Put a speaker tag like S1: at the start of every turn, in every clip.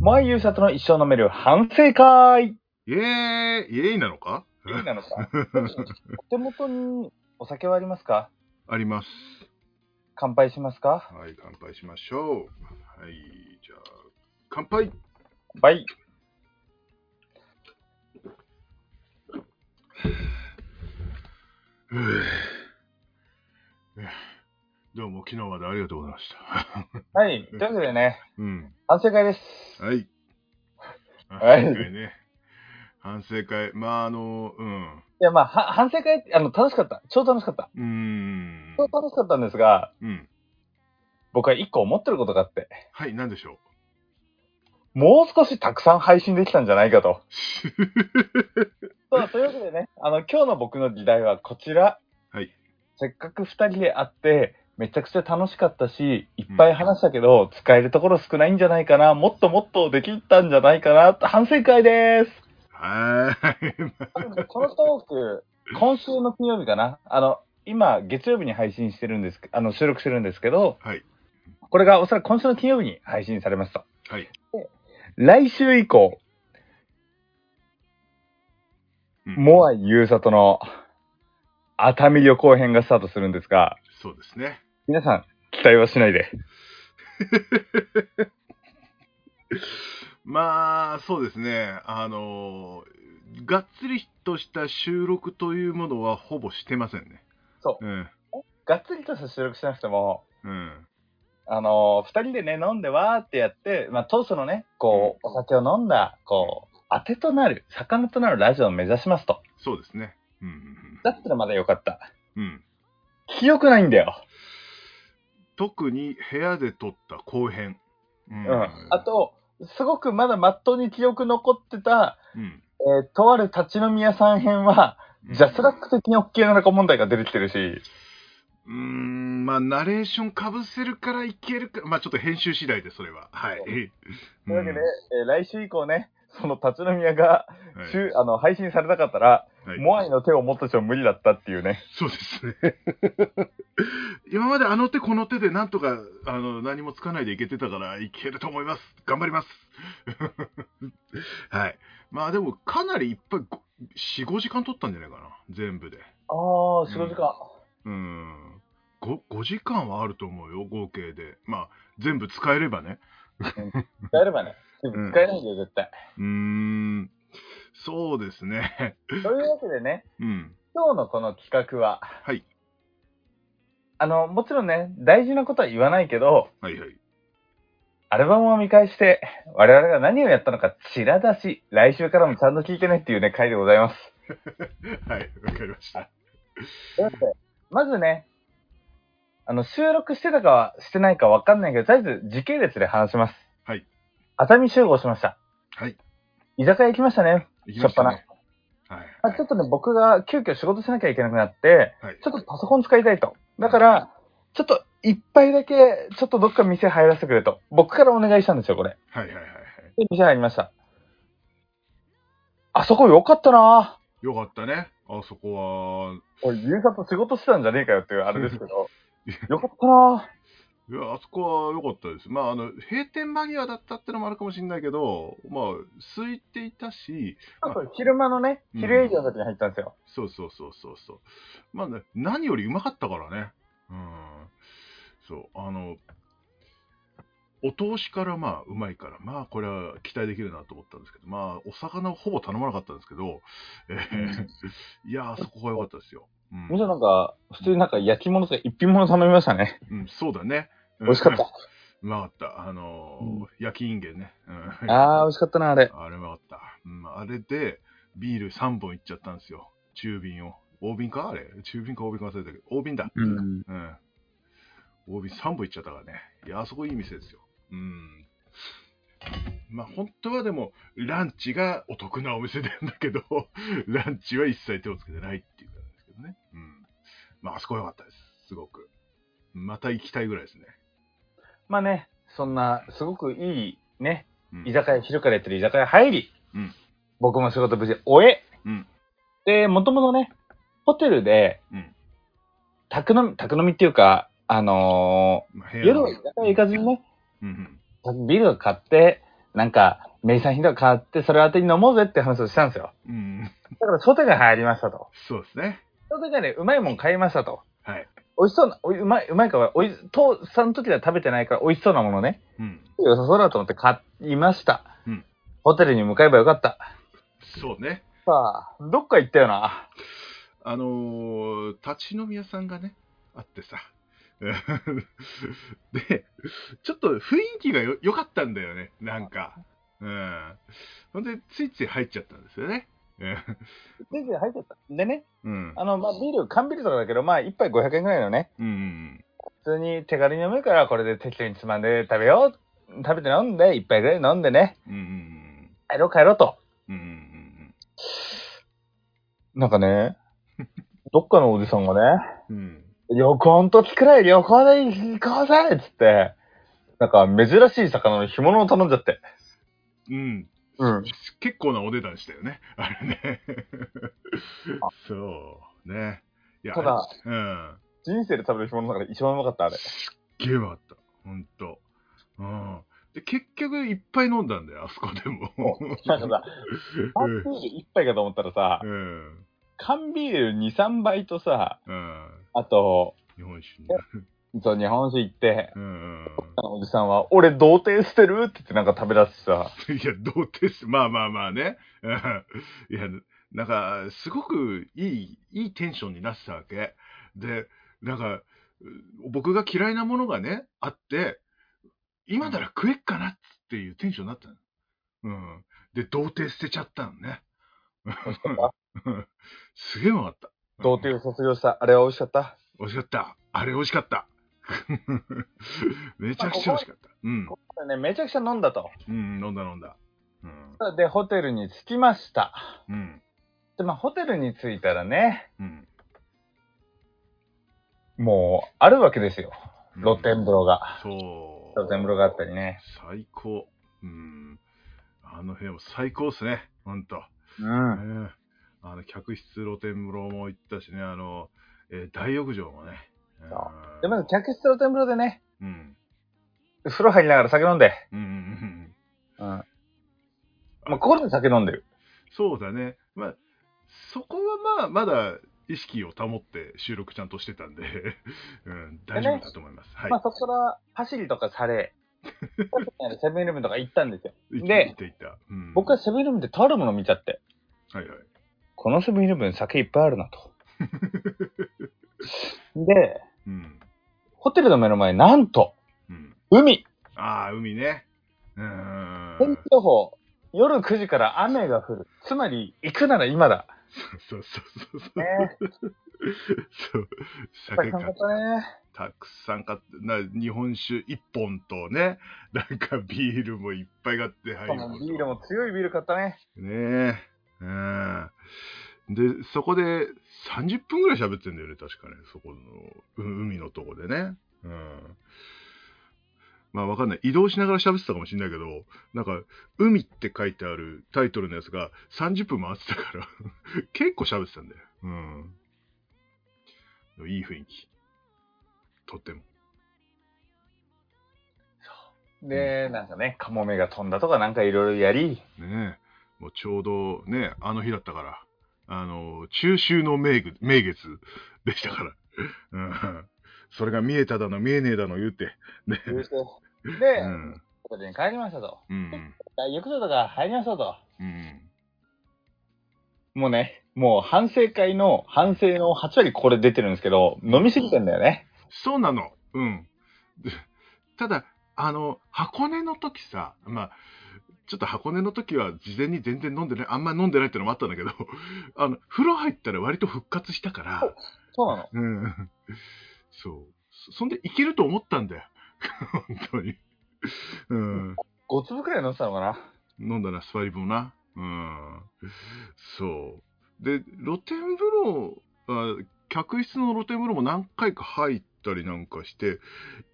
S1: 前優里の一生飲める反省会
S2: イエーイイエーイなのか
S1: いいなのかお手元にお酒はありますか
S2: あります。
S1: 乾杯しますか
S2: はい、乾杯しましょう。はい、じゃあ、乾杯
S1: バイ。
S2: うぅいやどうも、昨日までありがとうございました。
S1: はい。ということでね、
S2: うん。
S1: 反省会です。
S2: はい。
S1: はい
S2: 反省会ね。反省会。まあ、あの、うん。
S1: いや、まあ、は反省会って、あの、楽しかった。超楽しかった。
S2: うーん。
S1: 超楽しかったんですが、
S2: うん。
S1: 僕は一個思ってることがあって、
S2: はい、なんでしょう。
S1: もう少したくさん配信できたんじゃないかと。そうというわけでね、あの、今日の僕の議題はこちら。
S2: はい。
S1: せっかく二人で会って、めちゃくちゃ楽しかったし、いっぱい話したけど、使えるところ少ないんじゃないかな、もっともっとできたんじゃないかな、反省会です。
S2: はーい。
S1: このトー ク、今週の金曜日かな。あの、今、月曜日に配信してるんですけ、あの、収録してるんですけど、
S2: はい。
S1: これがおそらく今週の金曜日に配信されますと。
S2: はい。
S1: 来週以降、
S2: うん
S1: モア優里の熱海旅行編がスタートするんですが、
S2: そうですね。
S1: 皆さん、期待はしないで。
S2: まあ、そうですね。あの、がっつりとした収録というものはほぼしてませんね。。
S1: そう
S2: うん。
S1: がっつりとした収録しなくても、
S2: うん。
S1: あのー、二人でね、飲んでわーってやって、まあ、当初のね、こう、お酒を飲んだ、こう、当てとなる、魚となるラジオを目指しますと。
S2: そうですね。うん
S1: だったらまだよかった。
S2: うんうん。うん。
S1: 記憶ないんだよ。
S2: 特に部屋で撮った後編。うん
S1: うん。あ、と、すごくまだまっとうに記憶残ってた、
S2: うん。
S1: えーとある立ち飲み屋さん編は、ジャスラック的に OK な中問題が出てきてるし、
S2: うーん、まあ、ナレーションかぶせるからいけるか、まあ、ちょっと編集次第で、それは。はい。
S1: そう
S2: う
S1: というわけで、
S2: ん
S1: えー来週以降ね、その立ち飲み屋が、
S2: はい
S1: 週あの配信されなかったら、
S2: はい
S1: モアイの手を持った人は無理だったっていうね。
S2: そうですね。 今まであの手この手でなんとかあの何もつかないでいけてたからいけると思います。頑張ります。 はい。まあでもかなりいっぱいご4、5時間取ったんじゃないかな。全部で。
S1: ああ、
S2: 4 5時間。うん。5, 5時間はあると思うよ、合計で。まあ、全部使えればね。
S1: 使えればね。
S2: ん
S1: 使えないんだよ、絶対。
S2: うーん。そうですね。
S1: というわけでね、
S2: うん。
S1: 今日のこの企画は、
S2: はい。
S1: あの、もちろんね、大事なことは言わないけど、
S2: はいはい。
S1: アルバムを見返して、我々が何をやったのか、ちらだし、来週からもちゃんと聞いてねっていうね、回でございます。
S2: はい、わかりました。
S1: というわけでまずね、あの、収録してたかはしてないかわかんないけど、とりあえず時系列で話します。
S2: はい。
S1: 熱海集合しました。
S2: はい。
S1: 居酒屋行きましたね。
S2: いきましたね。はい
S1: まあ、ちょっとね、僕が急遽仕事しなきゃいけなくなって、
S2: はい
S1: ちょっとパソコン使いたいと。だから、ちょっと一杯だけ、ちょっとどっか店入らせてくれと。僕からお願いしたんですよ、これ。
S2: はいはいはいはい。
S1: で、店入りました。あそこよかったなぁ。
S2: よかったね。あそこは、
S1: おい、夕方仕事してたんじゃねえかよっていうあれですけ ど。よかったない
S2: や、あそこは良かったです。まあ、あの、閉店間際だったってのもあるかもしれないけど、まあ、空いていたし、
S1: ぁ。ちょっと昼間のね、
S2: うん
S1: 昼営業の時に入ったんですよ。
S2: そうそうそうそうそう。まあね、何よりうまかったからね。うん。そう、あの、お通しからまあ、うまいから、まあ、これは期待できるなと思ったんですけど、まあ、お魚をほぼ頼まなかったんですけど、えーいや、あそこが良かったですよ。うん
S1: むしろなんか、普通になんか焼き物とか一品物頼みましたね。
S2: うん、そうだね。うん
S1: 美味しかった。。
S2: うまかった。あのー
S1: う
S2: 焼きインゲンね。うん
S1: ああ、美味しかったな、あれ。
S2: あれはあった。うん、あれで、ビール3本いっちゃったんですよ。中瓶を。大瓶かあれ中瓶か大瓶か忘れたけど、大瓶だ。
S1: うん。
S2: うん。大瓶3本いっちゃったからね。いや、あそこいい店ですよ。うん。まあ、本当はでも、ランチがお得なお店なんだけど、 ランチは一切手をつけてないっていう感じですけどね。うん。まあ、あそこ良かったです。すごく。また行きたいぐらいですね。
S1: まあね、そんな、すごくいい、ね、
S2: うん
S1: 居酒屋、昼からやってる居酒屋入り、
S2: うん
S1: 僕も仕事無事終え、
S2: うん
S1: で、もともとね、ホテルで、
S2: うん
S1: 宅飲み、宅飲みっていうか、あの
S2: まあ、
S1: ー
S2: 部屋
S1: 夜
S2: の
S1: は居酒屋行かずにね、
S2: うん
S1: ビールを買って、なんか、名産品とか買って、それ当てに飲もうぜって話をしたんですよ。
S2: うん。
S1: だから、商店街入りましたと。
S2: そうですね。
S1: 商店街でうまいもん買いましたと。
S2: はい。
S1: 美味しそうな、おいうまい、うまいかは、おい、父さんの時では食べてないから美味しそうなものね。
S2: うん。
S1: 良さそうだと思って買いました。
S2: うん
S1: ホテルに向かえばよかった。
S2: そうね。
S1: さあ、どっか行ったよな。
S2: あのー立ち飲み屋さんがね、あってさ。 で、ちょっと雰囲気がよ良かったんだよね、なんか。うん。ほんで、ついつい入っちゃったんですよね。
S1: 全然入っちゃった。でね、
S2: うん。
S1: あの、まあ、ビール、缶ビールとかだけど、まあ、一杯500円ぐらいのね、
S2: うん。
S1: 普通に手軽に飲めるから、これで適当につまんで食べよう。食べて飲んで、一杯ぐらい飲んでね、
S2: うん。うん。
S1: 帰ろう帰ろうと。
S2: うん。うん。
S1: なんか ね、どっかのおじさんがね、
S2: うん。
S1: 旅行の時くらい旅行で行こうぜっつって、なんか珍しい魚の干物を頼んじゃって。
S2: うん。
S1: うん。
S2: 結構なお値段したよね。 あれね。そう。ね。いや、
S1: ただ
S2: あれうん。
S1: 人生で食べる干物の中で一番うまかった、あれ。
S2: ゲームあった。ほんと。うん。で、結局いっぱい飲んだんだよ、あそこでも。
S1: なんかさ、缶ビール1杯かと思ったらさ
S2: う、ん。
S1: 缶ビール2、3杯とさ、
S2: うん。
S1: あと、
S2: 日本酒ね。
S1: そう、日本酒行って、
S2: うん。
S1: あのおじさんは、俺童貞捨てるって言ってなんか食べ出してさ、
S2: いや、どうです。まあまあまあね。 うんいや、なんか、すごくいい、いいテンションになってたわけ。で、なんか、う僕が嫌いなものがね、あって、今なら食えっかなっていうテンションになったの。うん。で、童貞捨てちゃったのね。うん すげえうまかった。
S1: 童貞を卒業した、あれは美味しかった。
S2: 美味しかった。あれ美味しかった。 めちゃくちゃ美味しかった。うん。
S1: ここでね、めちゃくちゃ飲んだと。
S2: うん、飲んだ飲んだ。うん。
S1: で、ホテルに着きました。
S2: うん。
S1: で、まあ、ホテルに着いたらね、
S2: うん。
S1: もう、あるわけですよ。露天風呂が。
S2: そう。
S1: 露天風呂があったりね。
S2: 最高。うん。あの部屋も最高っすね。ほんと。
S1: うん。
S2: ねあの、客室露天風呂も行ったしね、あの、えー大浴場もね。
S1: そ
S2: うん
S1: で、まず客室露天風呂でね、
S2: うん。
S1: 風呂入りながら酒飲んで。
S2: うんうんうん。
S1: うん。まあ、ここで酒飲んでる。
S2: そうだね。まあ、そこはまあ、まだ意識を保って収録ちゃんとしてたんで、 うん、大丈夫だと思います。はい。
S1: まあ、そこから、パシリとかさ れ、セブンイレブンとか行ったんですよ。
S2: いった
S1: で
S2: いったいった。うん
S1: 僕はセブンイレブンでとあるもの見ちゃって、
S2: はいはい。
S1: このセブンイレブン酒いっぱいあるなと。で、
S2: うん。
S1: ホテルの目の前、なんと、
S2: うん。
S1: 海、
S2: ああ、海ね。うー
S1: 天
S2: ん
S1: 気。予報、夜9時から雨が降る。つまり、行くなら今だ。
S2: そうそうそうそう。
S1: ね、
S2: そ
S1: や
S2: う。
S1: っぱ
S2: 酒
S1: り
S2: 買
S1: 感
S2: っ
S1: 覚ね。
S2: たくさん買って、な日本酒一本とね、なんかビールもいっぱい買って入
S1: このビールも強いビール買ったね。
S2: ねえ。うん。で、そこで30分ぐらい喋ってんだよね、確かね。そこの、う海のとこでね。うん。まあわかんない。移動しながら喋ってたかもしれないけど、なんか、海って書いてあるタイトルのやつが30分回ってたから、 結構喋ってたんだよ。うん。いい雰囲気。とっても。
S1: で、なんかね、カモメが飛んだとかなんかいろいろやり、
S2: ねえ、もうちょうどね、あの日だったから、あの、中秋の名月名月でしたから、うん、それが見えただの見えねえだの言うて、ね、
S1: 言うて
S2: う
S1: で、
S2: ん、
S1: ホテルに帰りましたと。
S2: うん、
S1: 大浴場とか入りましたと。
S2: うん、
S1: もうね、もう反省会の、反省の8割これ出てるんですけど、飲みすぎてんだよね。
S2: そうなの、うん。でただ、あの、箱根の時さ、まあ、ちょっと箱根の時は事前に全然飲んでない、あんま飲んでないってのもあったんだけど、あの、風呂入ったら割と復活したから、
S1: そうなの。
S2: うん。そう。そそんで、いけると思ったんだよ。本当に。うん。
S1: 5粒くらい飲んでたのかな。
S2: 飲んだな、スパリボンな。うん。そう。で、露天風呂、あ客室の露天風呂も何回か入ったりなんかして、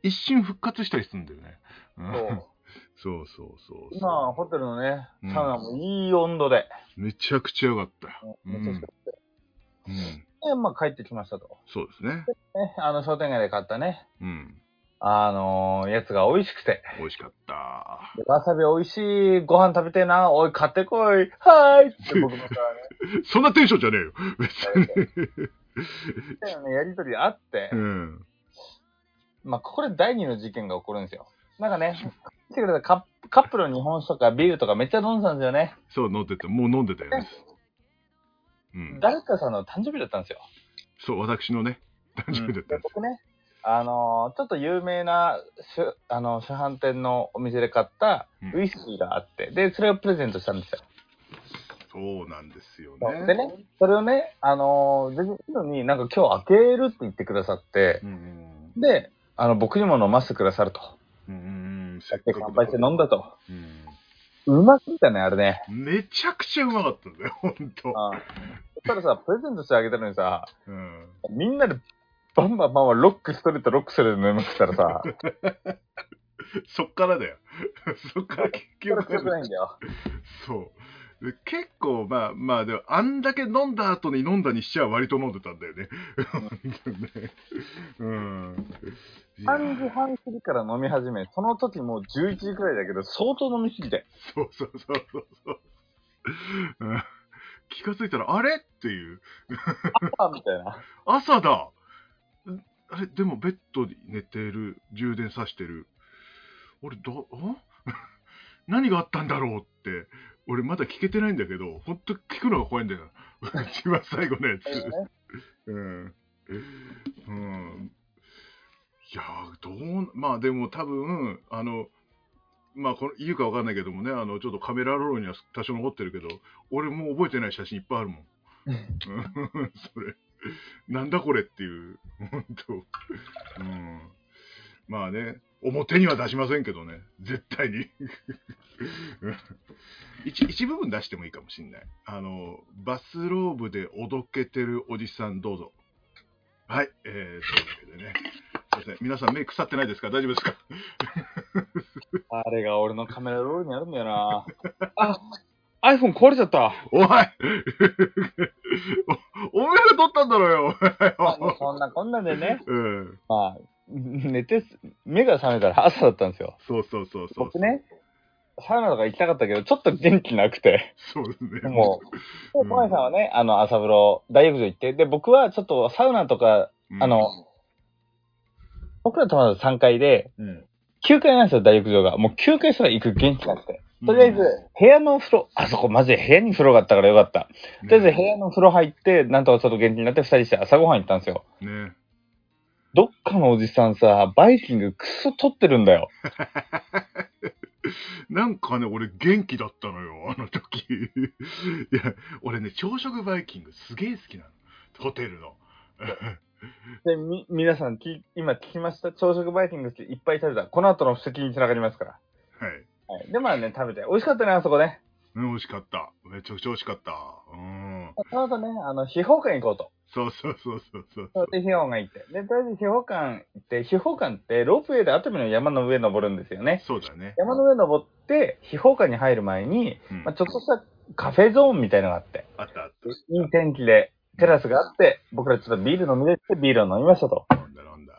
S2: 一瞬復活したりするんだよね。うん
S1: そう。
S2: そうそうそう
S1: 今、
S2: そ
S1: ホテルのね
S2: う、ん
S1: サウナもいい温度で。
S2: う。めちゃくちゃ良かったよ。う
S1: めちゃくち
S2: ん
S1: ゃ。
S2: う
S1: で、
S2: ん。
S1: まあ帰ってきましたと。
S2: そうですね。
S1: ね、あの商店街で買ったね、
S2: うん。
S1: あのーやつが美味しくて。
S2: 美味しかった。
S1: でわさび美味しい。ご飯食べてえな。おい、買ってこい。はーいって僕もさ、
S2: そんなテンションじゃねえよ。
S1: ね、 みたいなね、やりとりあって
S2: う。ん。
S1: まあ、ここで第二の事件が起こるんですよ。なんかね、来てくれたカップカップルの日本酒とかビールとかめっちゃ飲んでたんですよね。
S2: そう、飲んでた。もう飲んでたよね。うん。
S1: 誰かさんの誕生日だったんですよ。
S2: そう、私のね、 誕生日だっ
S1: で
S2: たんです。
S1: 僕ね、あのーちょっと有名なしゅあのー市販店のお店で買った
S2: うん
S1: ウイスキーがあって、で、それをプレゼントしたんですよ。
S2: そうなんですよ
S1: で
S2: ね。
S1: ね、それをね、あのー全然いいのに、なんか今日開けるって言ってくださって
S2: う、ん。
S1: で、あの、僕にも飲ませてくださると。
S2: うん。せ
S1: や
S2: っ
S1: って
S2: かく
S1: 乾杯して飲んだと。
S2: うん
S1: うまくいったね、あれね。
S2: めちゃくちゃうまかったんだよ、ほんと。
S1: あそしたらさ、プレゼントしてあげたのにさ、
S2: うん。
S1: みんなでバンバンバンバンロックストレート、ロックストレート飲み食ったら さ、
S2: そっからだよ。 そっから結
S1: それは
S2: 局
S1: 良くないんだよ。
S2: そう。で結構、まあまあ、でも、あんだけ飲んだ後に飲んだにしちゃ割と飲んでたんだよね。 うん。いや
S1: 3時半過ぎから飲み始め、その時もう11時くらいだけど、相当飲みすぎて。
S2: そうそうそうそうそう。うん気がついたら、あれっていう。
S1: あみたいな。
S2: 朝だんあれ、でもベッドに寝てる。充電さしてる。俺、ど、ん 何があったんだろうって。俺まだ聞けてないんだけど、ほんと聞くのが怖いんだよ な。一番最後のやつ。うん。うん。いやー、どうな、まあでも多分、あの、まあこの言うかわかんないけどもね、あの、ちょっとカメラロールには多少残ってるけど、俺もう覚えてない写真いっぱいあるもん。うん それ、なんだこれっていう、本当。うん。まあね、表には出しませんけどね、絶対に。 うん一一部分出してもいいかもしんない。あの、バスローブでおどけてるおじさん、どうぞ。はい、えー、というわけでね。すいません、皆さん目腐ってないですか大丈夫ですか
S1: あれが俺のカメラロールにあるんだよな。あ、iPhone 壊れちゃった。
S2: おい おお前が撮ったんだろうよ
S1: あもうそんなこんなんでね。
S2: うん、
S1: まあ、寝て、目が覚めたら朝だったんですよ。
S2: そうそうそうそう。
S1: 僕ね、サウナとか行きたかったけど、ちょっと元気なくて。
S2: そうですね。
S1: もう、
S2: うん
S1: で、小林さんはね、あの、朝風呂、大浴場行って、で、僕はちょっとサウナとか、
S2: うん
S1: あの、、僕らとまだ3階で、
S2: うん
S1: 9階なんですよ、大浴場が。もう9階すら行く元気なくて。とりあえず、部屋の風呂、あそこマジで部屋に風呂があったからよかった。
S2: うん、
S1: とりあえず部屋の風呂入って、なんとかちょっと元気になって二人して朝ごはん行ったんですよ。
S2: ね。ね。
S1: どっかのおじさんさ、バイキングクソ取ってるんだよ。
S2: なんかね、俺元気だったのよ、 あの時。いや、俺ね、朝食バイキングすげえ好きなの。ホテルの。
S1: で、み、皆さんき、今聞きました朝食バイキングしていっぱい食べた。この後の布石に繋がりますから。
S2: はい。
S1: はい。で、まあね、食べて。美味しかったね、あそこね。
S2: うん美味しかった。めちゃくちゃ美味しかった。うん。
S1: その後ね、あの、秘宝館行こうと。
S2: そうそうそうそうそう。
S1: それで秘宝館行って。で、とりあえず秘宝館行って、秘宝館ってロープウェイで熱海の山の上登るんですよね。
S2: そうだね。
S1: 山の上登って、秘宝館に入る前に、
S2: うん
S1: まあ、ちょっとしたカフェゾーンみたいのがあって、
S2: あったあっ
S1: いい天気で、テラスがあって、僕らちょっとビール飲み出して、ビールを飲みましたと。
S2: た。飲んだ飲んだ。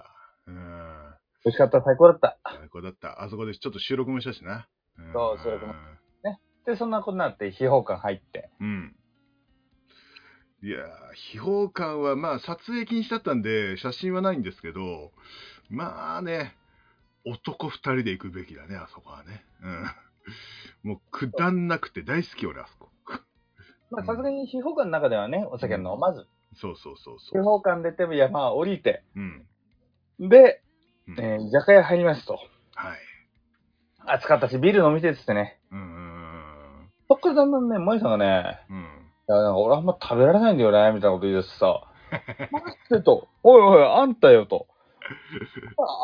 S2: うん。
S1: 美味しかった、最高だった。
S2: 最高だった。あそこでちょっと収録もしたしな。ん
S1: そう収録もで、そんなことになって、秘宝館入って。
S2: うん。いやー、秘宝館は、まあ、撮影禁止だったんで、写真はないんですけど、まあね、男二人で行くべきだね、あそこはね。うん。もう、くだんなくて大好き、俺、あそこ。
S1: まあ、さすがに秘宝館の中ではね、お酒は飲まず、
S2: そうそうそう
S1: 秘
S2: そう。
S1: 宝館出て山を降りて、
S2: うん。
S1: で、
S2: うん
S1: えー、居酒屋入りますと。
S2: はい。
S1: 暑かったし、ビール飲みてっつってね。
S2: うんうん
S1: そっからだんだんね、萌さんがね、
S2: うんうん。うん。
S1: いや、なんか俺あんま食べられないんだよね、みたいなこと言い出してさ。待ってと、おいおい、あんたよと。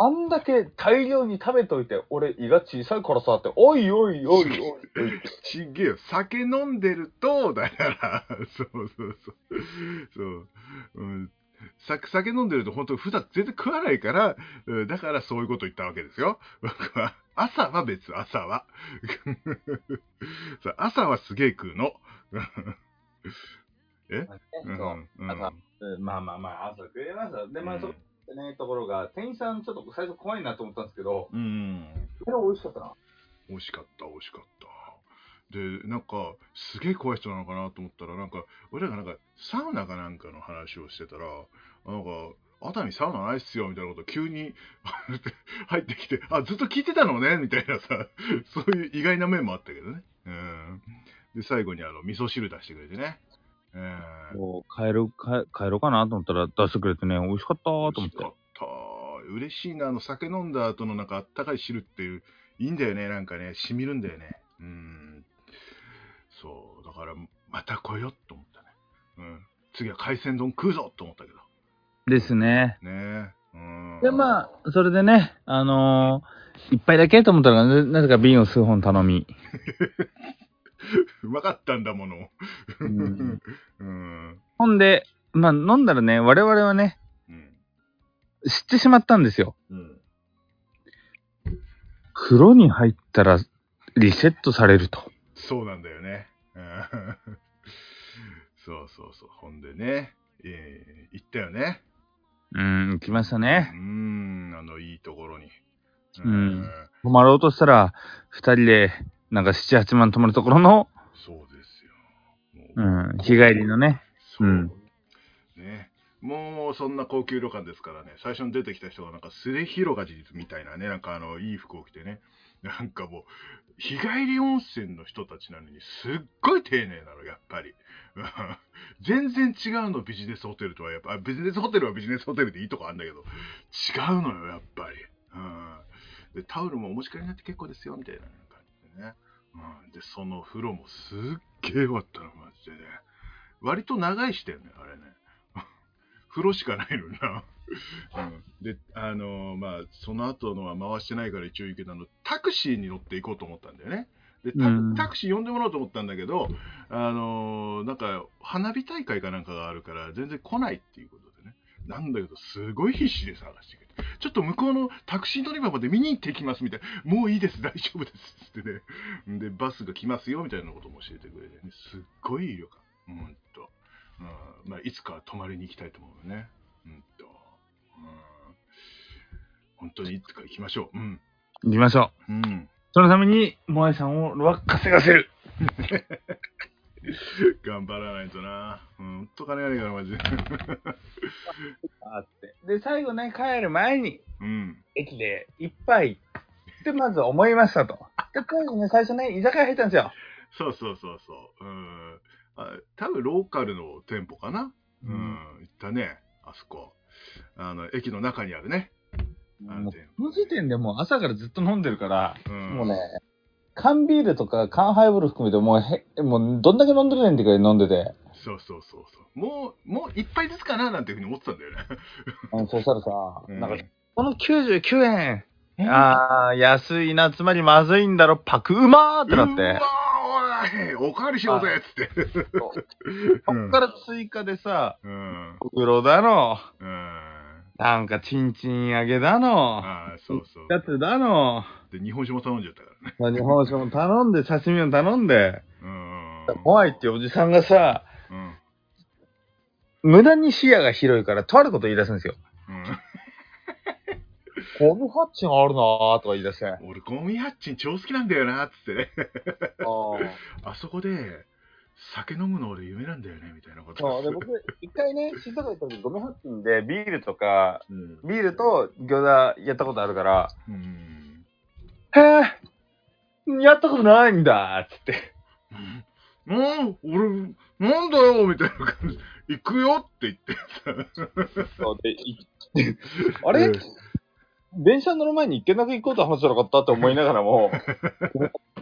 S1: あんだけ大量に食べといて、俺胃が小さいからさって、おいおいおいおいおい。
S2: ちげえよ。酒飲んでると、だから、 そうそうそう。そう。うん、さ酒飲んでると、本当普段全然食わないから、うんだからそういうこと言ったわけですよ。 僕は。朝は別、朝は。 そう朝はすげえ食うの。うんうん
S1: まあまあまあ、朝食えますよ。で、まあ、そってないところが、店員さんちょっと最初怖いなと思ったんですけど、
S2: うん。
S1: これは美味しかったな。
S2: 美味しかった、美味しかった。で、なんか、すげえ怖い人なのかなと思ったら、なんか、俺らがなんか、サウナかなんかの話をしてたら、なんか、熱海サウナないっすよ、みたいなこと急に 入ってきて、あ、ずっと聞いてたのね、みたいなさ、そういう意外な面もあったけどね。うん。で、最後にあの、味噌汁出してくれてね。うん。
S1: もう帰るか、帰ろうかなと思ったら出してくれてね、美味しかったーと思っ
S2: 美
S1: て
S2: 味し。かった。嬉しいな、あの、酒飲んだ後のなんかあったかい汁っていう、いいんだよね、なんかね、染みるんだよね。うん。そう、だから、また来ようと思ったね。うん。次は海鮮丼食うぞと思ったけど。
S1: ですね。
S2: ねえ。うん。
S1: で、まあ、それでね、あのー、一杯だけと思ったら、ななぜか瓶を数本頼み。
S2: うまかったんだもの。
S1: うん
S2: うん。
S1: ほんで、まあ、飲んだらね、我々はね、
S2: うん。
S1: 知ってしまったんですよ。
S2: うん。
S1: 風呂に入ったら、リセットされると。
S2: そうなんだよね。うんそうそうそう。ほんでね、えー、行ったよね。
S1: うん、行きました
S2: う
S1: ね。
S2: ん、あの、いいところに。
S1: うん泊まろうとしたら、二人で、なんか七、八万泊まるところの、
S2: そうですよ。も
S1: うん、日帰りの。ね。
S2: そう。
S1: うん
S2: ね。もうそんな高級旅館ですからね、最初に出てきた人がなんかすれ広がりみたいなね、なんかあの、いい服を着てね、なんかもう、日帰り温泉の人たちなのに、すっごい丁寧なの、やっぱり。 うん全然違うの、ビジネスホテルとは、やっぱ、あビジネスホテルはビジネスホテルでいいとこあるんだけど、違うのよ、やっぱり。うん、でタオルもお持ち帰りになって結構ですよ、みたいな感じでね。うん、で、その風呂もすっげえ良かったの、マジでね。割と長いしてんね、あれね。 風呂しかないのにな。うん、で、あのーまあ、その後のは回してないから一応行けたの、タクシーに乗って行こうと思ったんだよね。で、タ
S1: うん
S2: タクシー呼んでもらおうと思ったんだけど、あのーなんか、花火大会かなんかがあるから、全然来ないっていうことでね。なんだけど、すごい必死で探してくれて、ちょっと向こうのタクシー乗り場まで見に行ってきますみたいな、もういいです、大丈夫ですっつってね。で、バスが来ますよみたいなことも教えてくれてね、すっごいいい旅館。うんと。うん、まあ、いつかは泊まりに行きたいと思うよね。うんと。うん。本当にいつか行きましょう。うん。
S1: 行きましょう。
S2: うん。
S1: そのために、モアイさんを沸かせがせる。
S2: 頑張らないとな。うん、ほんと金がないから、マジで。
S1: あって。で、最後ね、帰る前に、
S2: うん。
S1: 駅で一杯ってまず思いましたと。で、とりあえずね、最初ね、居酒屋入ったんですよ。
S2: そうそうそうそう。うん。あ多分ローカルの店舗かな。うん。行ったね。あそこ。あの、駅の中にあるね。あ
S1: も
S2: の
S1: う
S2: 店
S1: この時点でもう朝からずっと飲んでるから、
S2: 舗。うん。
S1: もうね、缶ビールとか缶ハイボール含めてもうへ、もうどんだけ飲んでるねんってくらい飲んでて、
S2: そうそうそうそう。もう、もう一杯ずつかななんていうふうに思ってたんだよね。
S1: うんそうしたらさ、
S2: うん
S1: なんか、この99円、あー、安いな、つまりまずいんだろ、パクうまーってなっ
S2: うわ
S1: て、
S2: ーおいおかわりしようぜっつって。
S1: そっから追加でさ、
S2: うん。
S1: 袋だの、
S2: うん。
S1: なんかチンチン揚げだの、
S2: ああ、そうそう。
S1: やつだの、
S2: で、日本酒も頼んじゃったからね。
S1: まあ日本酒も頼んで、刺身も頼んで、
S2: うん。
S1: 怖いっておじさんがさ、
S2: うん。
S1: 無駄に視野が広いから、とあること言い出すんですよ。
S2: うん。
S1: コブハッチンあるなーとか言い出して。あ
S2: 俺、ゴミ八ッチン超好きなんだよな、つってね。
S1: あ。
S2: あそこで、酒飲むの俺夢なんだよね、みたいなこと。
S1: で僕、一回ね、静岡行った時、ゴミハッチンでビールとか、
S2: うん。
S1: ビールと餃子やったことあるから、
S2: うん。
S1: へえ、やったことないんだーっつって。
S2: うん、俺、なんだよ、みたいな感じ。行くよって言ってさ。
S1: そうで、 いあれ、
S2: うん
S1: 電車乗る前に行けなく行こうと話じゃなかったって思いながら も、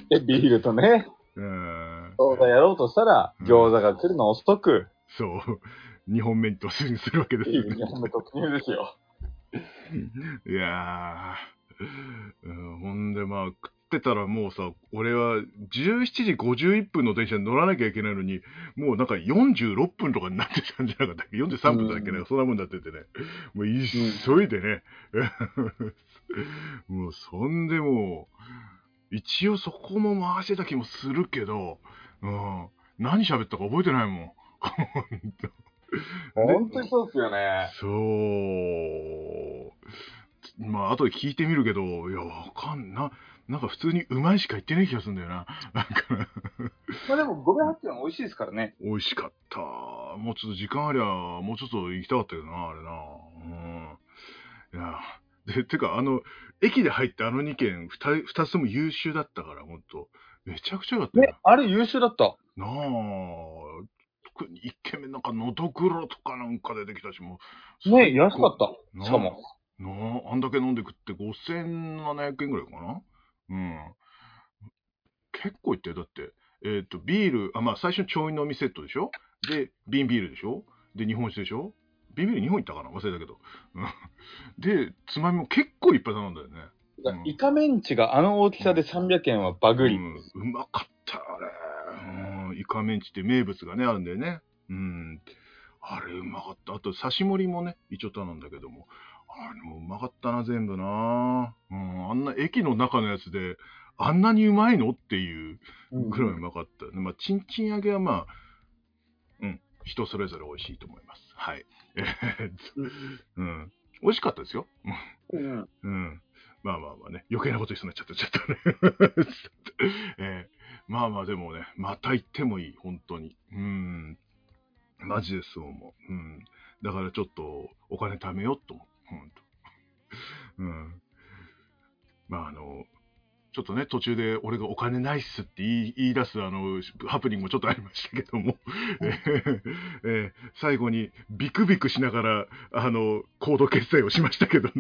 S1: でビールとね、
S2: うん。
S1: 餃子やろうとしたら、
S2: うん
S1: 餃子が来るの遅く、
S2: そう。二本目に突入するわけです
S1: い
S2: よ
S1: う日本の特入ですよ。
S2: いやー、うん、ほんでまあ食ってたらもうさ、俺は17時51分の電車に乗らなきゃいけないのに、もうなんか46分とかになってたんじゃなかったっけ ?43 分だっけね、
S1: うん
S2: そんなもんだっててね。もう急いでね。 もうそんでもう、一応そこも回してた気もするけど、うん、何喋ったか覚えてないもん。ほ
S1: 本
S2: んと
S1: 当にそうですよね。
S2: そう。まあ、後で聞いてみるけど、いや、わかんな、なんか普通にうまいしか言ってない気がするんだよな。なんか、
S1: まあでも、ゴミ発見は美味しいですからね。
S2: 美味しかった。もうちょっと時間ありゃ、もうちょっと行きたかったけどな、あれな。うん。いや、で、てか、あの、駅で入ったあの2軒、2, 二つとも優秀だったから、ほんと。めちゃくちゃよかったよ
S1: ね、あれ優秀だった。
S2: なあ特に1軒目なんかのどくろとかなんか出てきたし、もう。。
S1: ね安かったた。
S2: なあ
S1: しかも。
S2: なあ、あんだけ飲んで食って5700円ぐらいかなうん。結構いったよ。だって、えっ、と、ビール、あ、まあ最初に調飲みセットでしょで、瓶ビールでしょで、日本酒でしょ瓶ビール日本行ったかな忘れたけど。うんで、つまみも結構いっぱい頼んだよね。うん
S1: イカメンチがあの大きさで300円はバグり。
S2: うん、うまかった、あれ。うん、イカメンチって名物がね、あるんだよね。うん。あれ、うまかった。あと、刺し盛りもね、一応頼んだけども。あれもうまかったな、全部な。うん、あんな駅の中のやつで、あんなにうまいのっていう
S1: うん
S2: ぐらいうまかった。まあ、チンチン揚げはまあ、うん、人それぞれ美味しいと思います。はい。 えーっとうん。美味しかったですよ。うん
S1: うん
S2: うん。まあまあまあね、余計なこと言いそうになっちゃった、ちょっとね。 えーまあまあでもね、また行ってもいい、本当に。うん。マジでそう思う。うん。だからちょっと、お金貯めようと思う。ほんと。 うん。まああの、ちょっとね、途中で俺がお金ないっすって言い言い出すあの、ハプニングもちょっとありましたけども、えーえー最後にビクビクしながら、あの、コード決済をしましたけどね、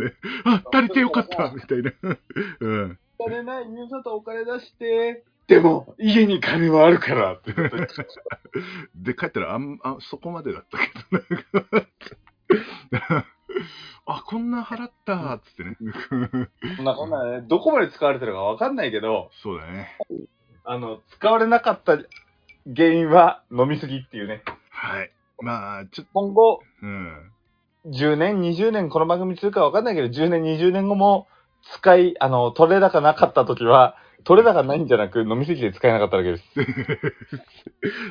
S2: あ、足りてよかったみたいな。 うん。
S1: お金ない、ゆうさとお金出して。でも、家に金はあるからって。
S2: で、帰ったらあん、あそこまでだったけど、なんか あ、こんな払ったっつってね。
S1: そんなこんなね、どこまで使われてるかわかんないけど、
S2: そうだね。
S1: あの、使われなかった原因は飲みすぎっていうね。
S2: はい。まあ、ちょっ
S1: 今後、
S2: と、うん。
S1: 10年、20年、この番組するかわかんないけど、10年、20年後も、使い、あの、取れ高なかった時は、取れ高ないんじゃなく、飲みすぎて使えなかっただけです。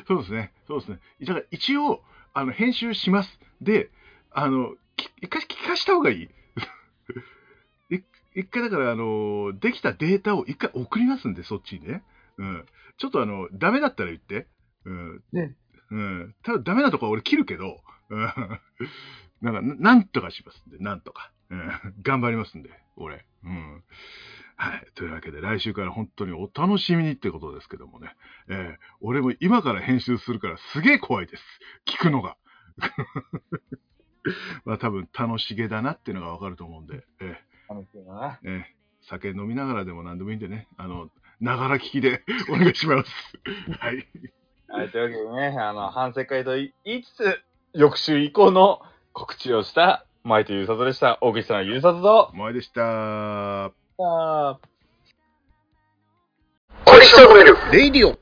S2: そうですね。そうですね。だから一応、あの、編集します。で、あの、き一回聞かした方がい い。い一回だから、あの、できたデータを一回送りますんで、そっちにね。うん。ちょっとあの、ダメだったら言って。うん。
S1: ね
S2: うん。ただダメなとこは俺切るけど、うん。 なんか、ななんとかしますんで、なんとか。うん。頑張りますんで、俺。うん。はい。というわけで、来週から本当にお楽しみにってことですけどもね。えー俺も今から編集するからすげえ怖いです。聞くのが。 まあ多分楽しげだなっていうのがわかると思うんで、え
S1: 楽しいな。
S2: ーえー酒飲みながらでも何でもいいんでね、あの、ながら聞きでお願いします。はい。
S1: はい、というわけでね、あの、反省会と言いつつ、翌週以降の告知をした、マイトユーサトでした。大口さん、ユーサトと
S2: お、前でした。
S1: さあ
S3: クリスタルレディオ